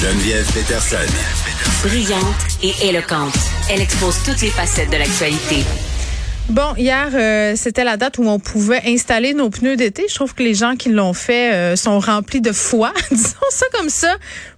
Geneviève Peterson. Brillante et éloquente, elle expose toutes les facettes de l'actualité. Bon, hier, euh, c'était la date où on pouvait installer nos pneus d'été. Je trouve que les gens qui l'ont fait euh, sont remplis de foi. Disons ça comme ça.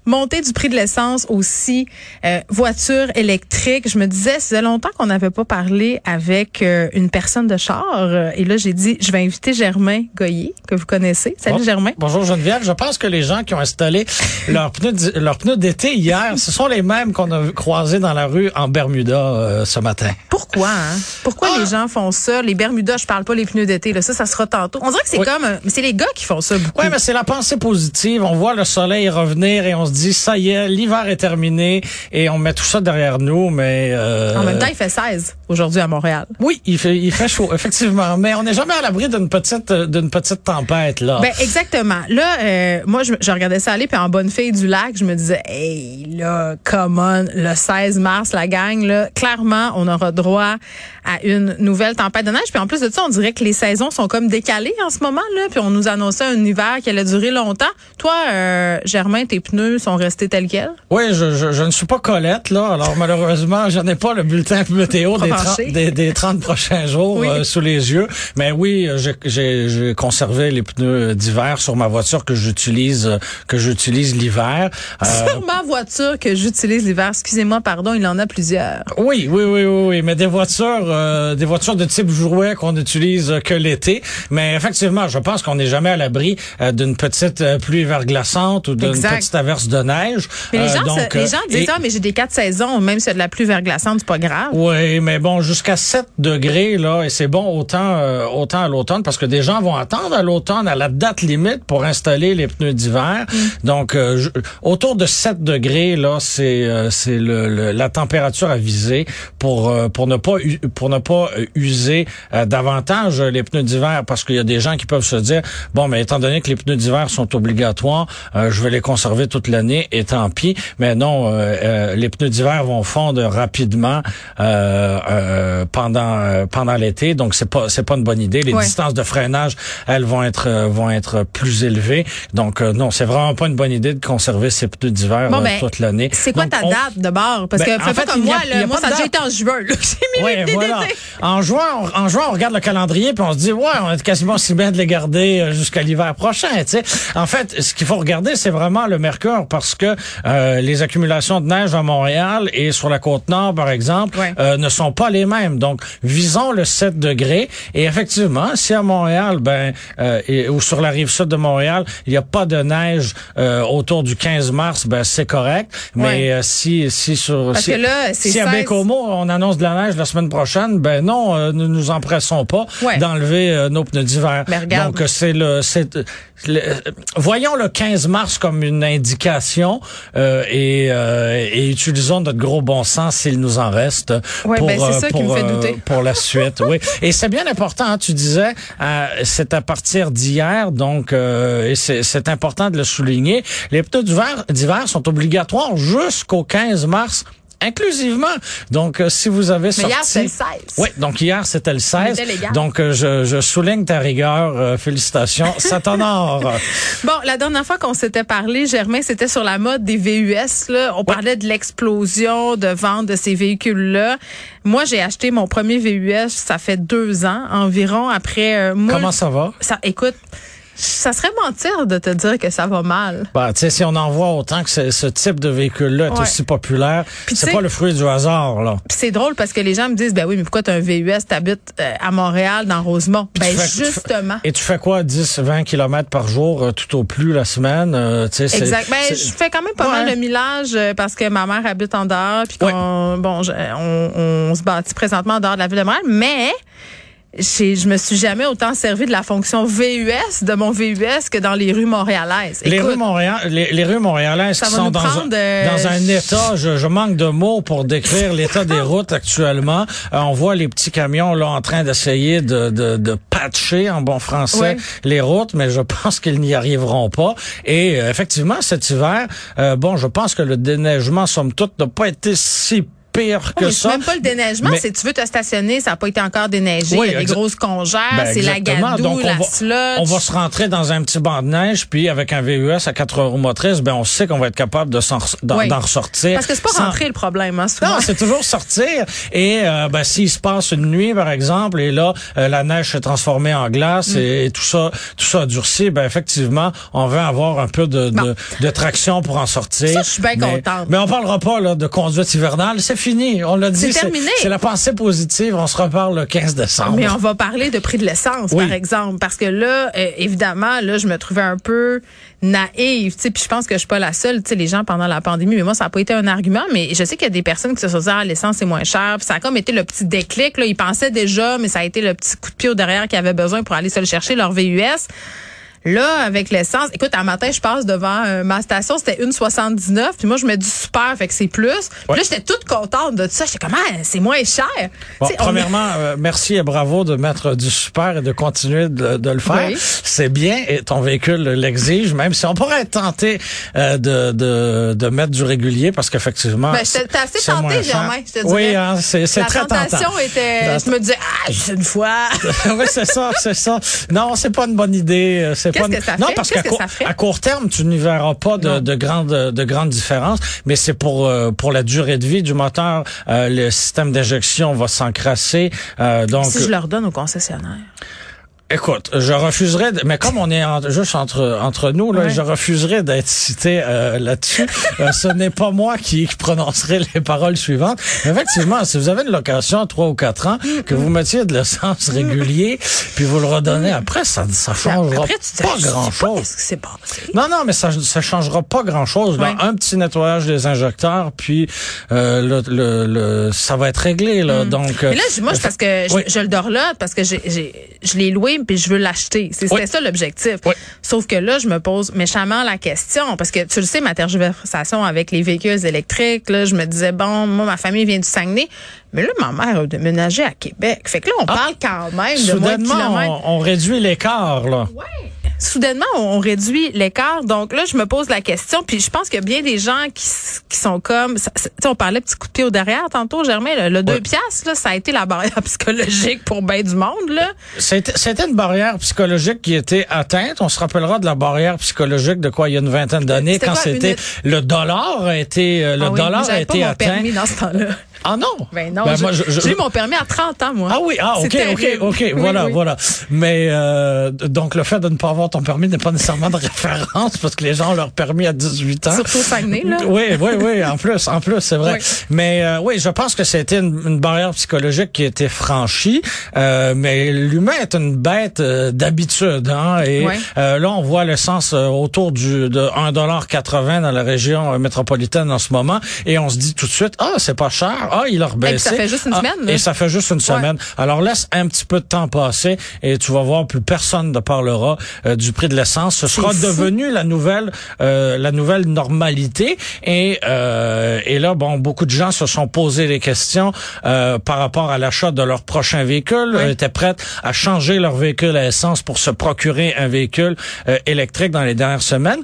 Montée du prix de l'essence aussi. Euh, voiture électrique. Je me disais, ça faisait longtemps qu'on n'avait pas parlé avec euh, une personne de char. Et là, j'ai dit, je vais inviter Germain Goyer, que vous connaissez. Salut Bon- Germain. Bonjour Geneviève. Je pense que les gens qui ont installé leurs pneus d- leurs pneus d'été hier, ce sont les mêmes qu'on a croisés dans la rue en Bermuda euh, ce matin. Pourquoi, hein? Pourquoi Ah! les gens font ça? Les Bermudas, je parle pas les pneus d'été, là. Ça, ça sera tantôt. On dirait que c'est Oui. comme, un- mais c'est les gars qui font ça beaucoup. Ouais, mais c'est la pensée positive. On voit le soleil revenir et on se dit ça y est, l'hiver est terminé et on met tout ça derrière nous. Mais euh, En même temps, il fait 16 aujourd'hui à Montréal. oui, il fait il fait chaud effectivement, mais on n'est jamais à l'abri d'une petite euh, d'une petite tempête là. Ben exactement. Là, euh, moi, je, je regardais ça aller, puis en bonne fille du lac, je me disais, hey, là, come on, le 16 mars, la gang, là, clairement, on aura droit à une nouvelle tempête de neige. Puis en plus de ça, on dirait que les saisons sont comme décalées en ce moment, là. Puis on nous annonçait un hiver qui allait durer longtemps. Toi, euh, Germain, tes pneus sont restés tels quels? Oui, je, je, je ne suis pas Colette, là. Alors, malheureusement, je n'ai pas le bulletin météo Pas des 30, penché. des, des 30 prochains jours Oui. euh, sous les yeux. Mais oui, euh, j'ai- j'ai j'ai conservé les pneus d'hiver sur ma voiture que j'utilise euh, que j'utilise l'hiver. Euh, Sur ma voiture que j'utilise l'hiver, excusez-moi, pardon, il en a plusieurs. oui, oui, oui, oui, oui, mais des voitures, euh, des voitures de type jouet qu'on n'utilise que l'été. Mais effectivement, je pense qu'on n'est jamais à l'abri euh, d'une petite euh, pluie verglaçante ou d'une Exact. petite averse de neige. Mais les, Euh, gens, donc, se- les euh, gens disent, et- ah, mais j'ai des quatre saisons, même s'il y a de la pluie verglaçante, c'est pas grave. Oui, mais bon, jusqu'à 7 degrés, là, et c'est bon autant, euh, autant à l'automne, parce que des gens vont attendre à l'automne, à la date limite, pour installer les pneus d'hiver. Donc, euh, je- autour de 7 degrés, là, c'est euh, c'est le, le- la température à viser pour, euh, pour ne pas, u- pour ne pas euh, user euh, davantage les pneus d'hiver, parce qu'il y a des gens qui peuvent se dire, bon, mais étant donné que les pneus d'hiver sont obligatoires, euh, je vais les conserver toute l'année, et tant pis. Mais non, euh, euh, les pneus d'hiver vont fondre rapidement euh, euh, pendant euh, pendant l'été, donc c'est pas c'est pas une bonne idée. Les Ouais. distances de freinage, elles vont être euh, vont être plus élevées. Donc euh, non, c'est vraiment pas une bonne idée de conserver ces pneus d'hiver Bon, euh, ben, toute l'année. C'est quoi Donc, ta on- date de bord? Parce Ben, que en fais pas fait, comme il y a- moi, il y là, a moi, pas ça de a déjà date. été en juin. là. J'ai mis Ouais, les voilà. d'été. En juin, on, en juin, on regarde le calendrier puis on se dit ouais, on est quasiment si bien de les garder euh, jusqu'à l'hiver prochain. Tu sais, en fait, ce qu'il faut regarder, c'est vraiment le mercure parce que euh, les accumulations de neige à Montréal et sur la côte nord, par exemple, Ouais. euh, ne sont pas les mêmes. Donc, visons le 7 degrés. Et effectivement, si à Montréal, ben, euh, et- ou sur la rive sud de Montréal, il n'y a pas de neige euh, autour du 15 mars, ben c'est correct. Mais Ouais. euh, si si sur Parce si, que là, c'est si à 16. Baie-Comeau, on annonce de la neige la semaine prochaine, ben non, euh, nous nous empressons pas Ouais. d'enlever euh, nos pneus d'hiver. Mais regarde. Donc euh, c'est le, c'est euh, le- euh, voyons le 15 mars comme une indication euh, et, euh, et utilisons notre gros bon sens s'il nous en reste Ouais, pour ben, c'est euh, ça qui pour, me fait euh, douter. pour la suite. oui, et c'est bien important. hein, tu disais, euh, c'est à partir d'hier, donc euh, et c'est c'est important de le souligner. Les pneus d'hiver d'hiver sont obligatoires jusqu'au 15 mars inclusivement. Donc, euh, si vous avez Mais sorti... hier, c'était le 16. Oui, donc hier, c'était le 16. était légal. Donc, euh, je, je souligne ta rigueur. euh, félicitations. Ça t'honore. Bon, la dernière fois qu'on s'était parlé, Germain, c'était sur la mode des VUS. Là. On parlait de l'explosion de vente de ces véhicules-là. Moi, j'ai acheté mon premier VUS, ça fait deux ans environ, après... euh, moi, Comment ça va? ça? Écoute, ça serait mentir de te dire que ça va mal. Bah, tu sais, si on en voit autant que ce- ce type de véhicule-là est Ouais. aussi populaire, Puis tu c'est sais- pas le fruit du hasard, là. Puis c'est drôle parce que les gens me disent, ben oui, mais pourquoi t'as un VUS, t'habites euh, à Montréal, dans Rosemont? Puis Ben tu fais- tu fais- justement. Et tu fais quoi, 10, 20 kilomètres par jour, euh, tout au plus la semaine? euh, tu sais, c'est- Exact. Ben, c'est- je fais quand même pas Ouais. mal le millage euh, parce que ma mère habite en dehors, puis qu'on, bon, je- on, on se bâtit présentement en dehors de la ville de Montréal, mais j'ai- je me suis jamais autant servi de la fonction VUS de mon VUS que dans les rues montréalaises. Les Écoute, rues, Montréal, les, les rues montréalaises Ça qui va nous sont dans, prendre, un, euh, dans un état, je, je manque de mots pour décrire l'état des routes actuellement. Euh, on voit les petits camions là en train d'essayer de, de, de patcher en bon français Oui. les routes, mais je pense qu'ils n'y arriveront pas. Et euh, effectivement, cet hiver, euh, bon, je pense que le déneigement, somme toute, n'a pas été si pire Oui, Oh, que mais c'est ça. même pas le déneigement, Mais- c'est tu veux te stationner, ça n'a pas été encore déneigé, Oui, il y a des exa- grosses congères, Ben, Ah, c'est la exactement. gadoue, Donc, on la va, sludge. on va se rentrer dans un petit banc de neige, puis avec un VUS à 4 roues motrices, ben on sait qu'on va être capable de s'en res- d'en Oui. d'en ressortir. Parce que c'est pas sans- rentrer le problème, hein, souvent. Non, c'est toujours sortir. Et euh, ben, s'il se passe une nuit, par exemple, et là, euh, la neige s'est transformée en Mm. glace et, et tout ça, tout ça durci, ben effectivement, on veut avoir un peu de, Bon. de, de traction pour en sortir. Ça, je suis bien mais, contente. Mais on parlera pas là, de conduite hivernale. C'est fini. On l'a dit. terminé. C'est la pensée positive. On se reparle le 15 décembre. Mais on va parler de prix de l'essence, Oui. par exemple, parce que là, euh, évidemment, là, je me trouvais un peu naïve, tu sais, puis je pense que je suis pas la seule, tu sais, les gens pendant la pandémie, mais moi, ça n'a pas été un argument, mais je sais qu'il y a des personnes qui se sont dit, ah, l'essence est moins chère, puis ça a comme été le petit déclic, là, ils pensaient déjà, mais ça a été le petit coup de pied au derrière qu'ils avaient besoin pour aller se le chercher, leur VUS. Là, avec l'essence, écoute, un matin, je passe devant euh, ma station, c'était 1,79, puis moi, je mets du super, fait que c'est plus. Puis Ouais. là, j'étais toute contente de ça. J'étais comme, ah, c'est moins cher. Bon, Tu sais, on- premièrement, euh, merci et bravo de mettre du super et de continuer de, de le faire. Oui. C'est bien et ton véhicule l'exige, même si on pourrait être tenté euh, de, de, de mettre du régulier parce qu'effectivement. Ben, c'est- j'étais t'as assez Ah, c'est moins tenté, cher. Germain, je te Oui, dirais. hein, c'est c'est La très tentant. tentation était. La- Je me disais, ah, c'est une fois. oui, c'est ça, c'est ça. Non, c'est pas une bonne idée. euh, C'est Qu'est-ce pas une- que ça Non, fait? parce Qu'est-ce qu'à que court- ça fait? à court terme, tu n'y verras pas de, Non. de grandes de grandes différences, mais c'est pour euh, pour la durée de vie du moteur. euh, le système d'injection va s'encrasser. euh, donc, si je leur donne au concessionnaire. Écoute, je refuserais, de- mais comme on est en- juste entre entre nous là, Ouais. je refuserais d'être cité euh, là-dessus. Euh, ce n'est pas moi qui, qui prononcerai les paroles suivantes. Mais effectivement, si vous avez une location à trois ou quatre ans, que vous mettiez de l'essence régulier, puis vous le redonnez après, ça ça changera Après, tu dis, pas je sais grand chose. Qu'est-ce qui s'est passé? Non, non, mais ça ça changera pas grand-chose. là. Ouais. Un petit nettoyage des injecteurs, puis euh, le, le, le- ça va être réglé. Là, Donc, Mm. Mais là, je- moi, je, parce que je, Euh, Oui. je le dorlote, parce que j'ai, j'ai- je l'ai loué, puis je veux l'acheter. C'est- C'était Oui. ça l'objectif. Oui. Sauf que là, je me pose méchamment la question, parce que tu le sais, ma tergiversation avec les véhicules électriques, là, je me disais, bon, moi, ma famille vient du Saguenay, mais là, ma mère a déménagé à Québec. Fait que là, on Ah. parle quand même de moins de soudainement, kilomètres. on, on réduit l'écart. là. soudainement, on réduit l'écart. Donc là, je me pose la question, puis je pense qu'il y a bien des gens qui, s- qui sont comme... ça- ça- Tu sais, on parlait petit coup de pied au derrière tantôt, Germain. Le, le deux piastres, là, ça a été la barrière psychologique pour bien du monde. Là. C'était c'était une barrière psychologique qui était atteinte. On se rappellera de la barrière psychologique de quoi il y a une vingtaine d'années C'était quand quoi, c'était le dollar a été euh, le Ah oui, dollar a j'avais été pas mon atteint. permis dans ce temps-là. Ah non. Ben non, Ben j'ai moi, je- je- j'ai eu mon permis à 30 ans, moi. Ah oui, ah C'est ok, ok, terrible. ok, Oui, voilà, oui. voilà. Mais euh, donc le fait de ne pas avoir ton permis n'est pas nécessairement de référence parce que les gens ont leur permis à 18 ans. Surtout au Saguenay, là. Oui, oui, oui, en plus, en plus, c'est vrai. Oui. Mais euh, oui, je pense que c'était une, une barrière psychologique qui a été franchie. Euh, mais l'humain est une bête euh, d'habitude. Hein, et Oui. euh, là, on voit le sens euh, autour du, de 1,80 dans la région euh, métropolitaine en ce moment. Et on se dit tout de suite, ah, c'est pas cher. Ah, il a rebaissé. ça fait juste une Ah, semaine, Et là. ça fait juste une semaine. Alors laisse un petit peu de temps passer et tu vas voir, plus personne ne parlera euh, du prix de l'essence. Ce sera fou. devenu la nouvelle, euh, la nouvelle normalité. Et, euh, et là, bon, beaucoup de gens se sont posés des questions euh, par rapport à l'achat de leur prochain véhicule. Oui. Ils étaient prêts à changer leur véhicule à essence pour se procurer un véhicule euh, électrique dans les dernières semaines.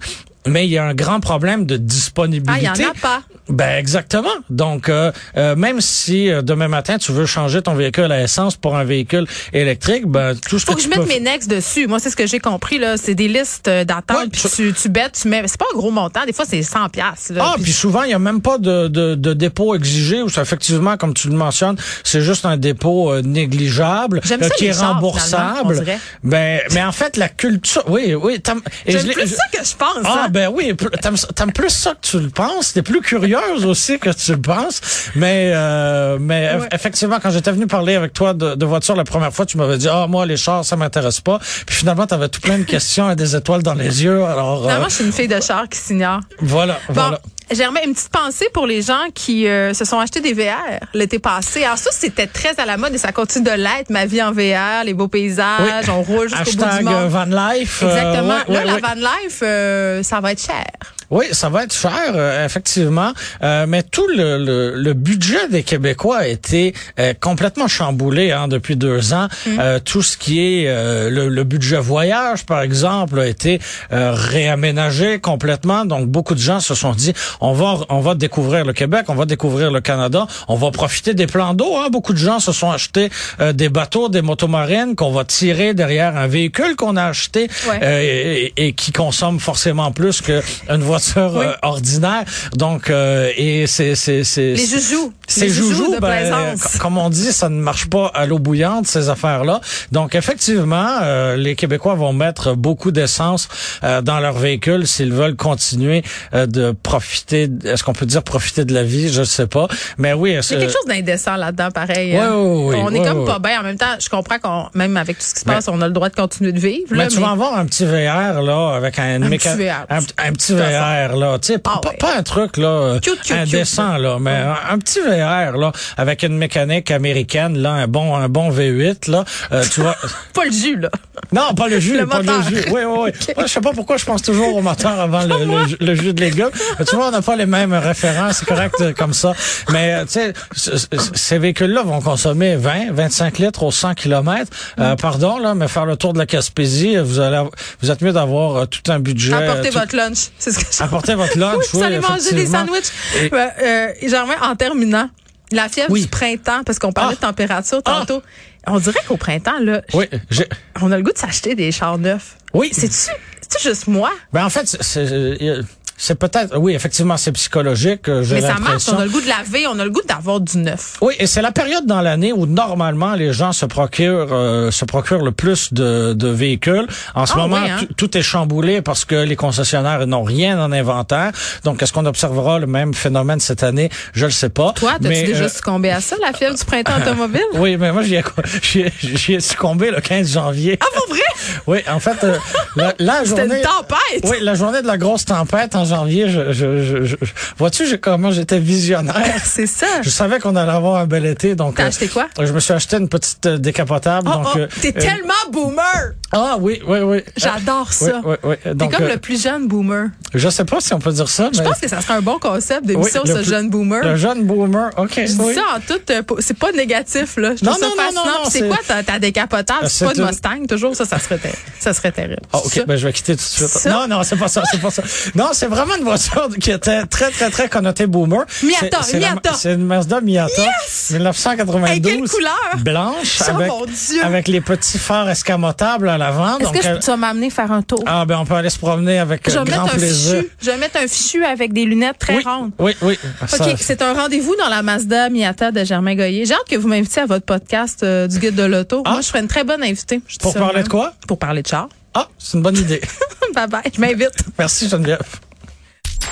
Mais il y a un grand problème de disponibilité. Ah, il y en a pas. Ben exactement. Donc euh, euh, même si euh, demain matin tu veux changer ton véhicule à essence pour un véhicule électrique, ben tout ce Faut que tu je mette peux mes next dessus. Moi, c'est ce que j'ai compris là, c'est des listes euh, d'attente Ouais, puis tu- tu, tu bêtes, tu mets, c'est pas un gros montant, des fois c'est 100 pièces Ah, puis souvent, il n'y a même pas de, de, de dépôt exigé, ou c'est effectivement, comme tu le mentionnes, c'est juste un dépôt euh, négligeable, euh, J'aime ça, qui les est chars, finalement, on remboursable. dirait. Ben, mais en fait, la culture... Oui, oui. t'aimes- et je J'aime l'ai- plus je- ça que je pense. Ah hein. ben oui, pl- t'aimes t'aimes plus ça que tu le penses. T'es plus curieuse aussi que tu le penses. Mais euh, mais eff- Ouais. effectivement, quand j'étais venu parler avec toi de, de voiture la première fois, tu m'avais dit ah moi les chars ça m'intéresse pas. Puis finalement t'avais tout plein de questions et des étoiles dans les yeux. Alors euh, Finalement, je suis une fille de char qui s'ignore. voilà Bon, voilà. Germain, une petite pensée pour les gens qui euh, se sont achetés des VR l'été passé. Alors ça, c'était très à la mode et ça continue de l'être. Ma vie en VR, les beaux paysages, euh, on roule jusqu'au bout du Hashtag monde. euh, van life. euh, Exactement. ouais, là, ouais, la ouais. van life, euh, ça va être cher. Oui, ça va être cher, euh, effectivement. Euh, mais tout le, le, le budget des Québécois a été euh, complètement chamboulé hein, depuis deux ans. Euh, tout ce qui est euh, le, le budget voyage, par exemple, a été euh, réaménagé complètement. Donc, beaucoup de gens se sont dit, on va, on va découvrir le Québec, on va découvrir le Canada, on va profiter des plans d'eau. hein. Beaucoup de gens se sont achetés euh, des bateaux, des motomarines qu'on va tirer derrière un véhicule qu'on a acheté Ouais. euh, et, et- et qui consomme forcément plus qu'une voiture Oui. euh, ordinaire. Donc, euh, et c'est... c'est- c'est- Les joujoux. Ces Les joujoux joujoux, de ben, plaisance. co- comme on dit, ça ne marche pas à l'eau bouillante, ces affaires-là. Donc, effectivement, euh, les Québécois vont mettre beaucoup d'essence euh, dans leur véhicule s'ils veulent continuer euh, de profiter, est-ce qu'on peut dire profiter de la vie? Je ne sais pas. Mais oui, est-ce- Il y a quelque chose d'indécent là-dedans, pareil. Euh, Ouais, hein. ouais, ouais, on est ouais, comme ouais. pas bien. En même temps, je comprends qu'on, même avec tout ce qui se Mais- passe, on a le droit de continuer de vivre. Mais là, tu mais- vas avoir un petit VR là avec un, Un méca- petit VR. un, un petit Tout à VR là, tu sais, Ah pas, ouais. pas un truc là Cute, cute, Mm. indécent là, mais un, un petit VR là avec une mécanique américaine là, un bon un bon V8 là, euh, tu vois. Pas le jus, là. Non, pas le jus, Le pas moteur. le jus. Oui, oui, oui. Moi, je sais pas pourquoi je pense toujours au moteur avant le, le, ju- le jus de légumes. Mais tu vois, on n'a pas les mêmes références, c'est correct euh, comme ça. Mais euh, tu sais, c- c- ces véhicules-là vont consommer 20, 25 litres au 100 km. Mm. pardon, là, mais faire le tour de la Gaspésie, euh, vous allez, av- vous êtes mieux d'avoir euh, tout un budget. euh, Apportez tout- votre lunch. C'est ce que je Apportez votre lunch. Oui, vous oui, allez manger des effectivement. sandwichs. Et- Ben, euh, Germain, en terminant, la fièvre Oui. du printemps, parce qu'on parlait Ah. de température Ah. tantôt. On dirait qu'au printemps, là, Oui, j'ai- on a le goût de s'acheter des chars neufs. Oui. C'est-tu, c'est-tu juste moi? Ben en fait, c'est- c'est euh, c'est peut-être, oui, effectivement, c'est psychologique. euh, j'ai Mais ça marche. l'impression. On a le goût de laver, on a le goût d'avoir du neuf. Oui, et c'est la période dans l'année où normalement les gens se procurent euh, se procurent le plus de, de véhicules. En ce Ah, moment, oui, hein? tout- tout est chamboulé parce que les concessionnaires n'ont rien en inventaire. Donc, est-ce qu'on observera le même phénomène cette année Je le sais pas. Toi, t'as-tu Mais, déjà euh, succombé à ça, la fièvre du printemps automobile? oui, mais moi, j'y ai, j'y ai- j'y ai succombé le 15 janvier. Ah, pour vrai? Oui, en fait, euh, la, la C'était journée... une tempête! Oui, la journée de la grosse tempête en janvier, je, je, je, je- vois-tu j'ai- comment j'étais visionnaire? C'est ça. Je savais qu'on allait avoir un bel été, donc. T'as euh, acheté quoi? Je me suis acheté une petite euh, décapotable, Oh, donc. oh, euh, t'es euh, tellement boomer! Ah oui, oui, oui. J'adore Oui, ça. oui, oui. T'es Donc, comme euh, le plus jeune boomer. je sais pas si on peut dire ça, Je mais pense que ça serait un bon concept d'émission, Oui, ce le plus- jeune boomer. le jeune boomer, ok. Je dis oui. ça en tout, euh, po- c'est pas négatif là. Je Non, trouve ça non, non, fascinant. non, non, Puis c'est c'est- Ah, quoi ta, ta décapotable C'est C'est pas de une- Mustang toujours ça, ça serait, ter- ça serait terrible. Ah, ok, Ça. ben je vais quitter tout de suite. Ça. Non, non, c'est pas ça, c'est pas ça. Non, c'est vraiment une voiture qui était très, très, très connotée boomer. Miata, C'est- c'est la- Miata. C'est une Mazda Miata. 1992. Hey, quelle couleur! Blanche. Oh, avec, mon Dieu! avec les petits phares escamotables à l'avant. Est-ce Donc, que je- euh, tu vas m'amener faire un tour? ah, ben on peut aller se promener avec je euh, vais grand mettre un plaisir. fichu. Je vais mettre un fichu avec des lunettes très oui, rondes. oui, oui. Ça- OK, c'est un rendez-vous dans la Mazda Miata de Germain Goyer. J'ai hâte que vous m'invitiez à votre podcast euh, du guide de l'auto. Ah. Moi, je serais une très bonne invitée. Je dis Pour ça hein. parler même. de quoi? Pour parler de char. Ah, c'est une bonne idée. bye bye, je m'invite. Merci Geneviève.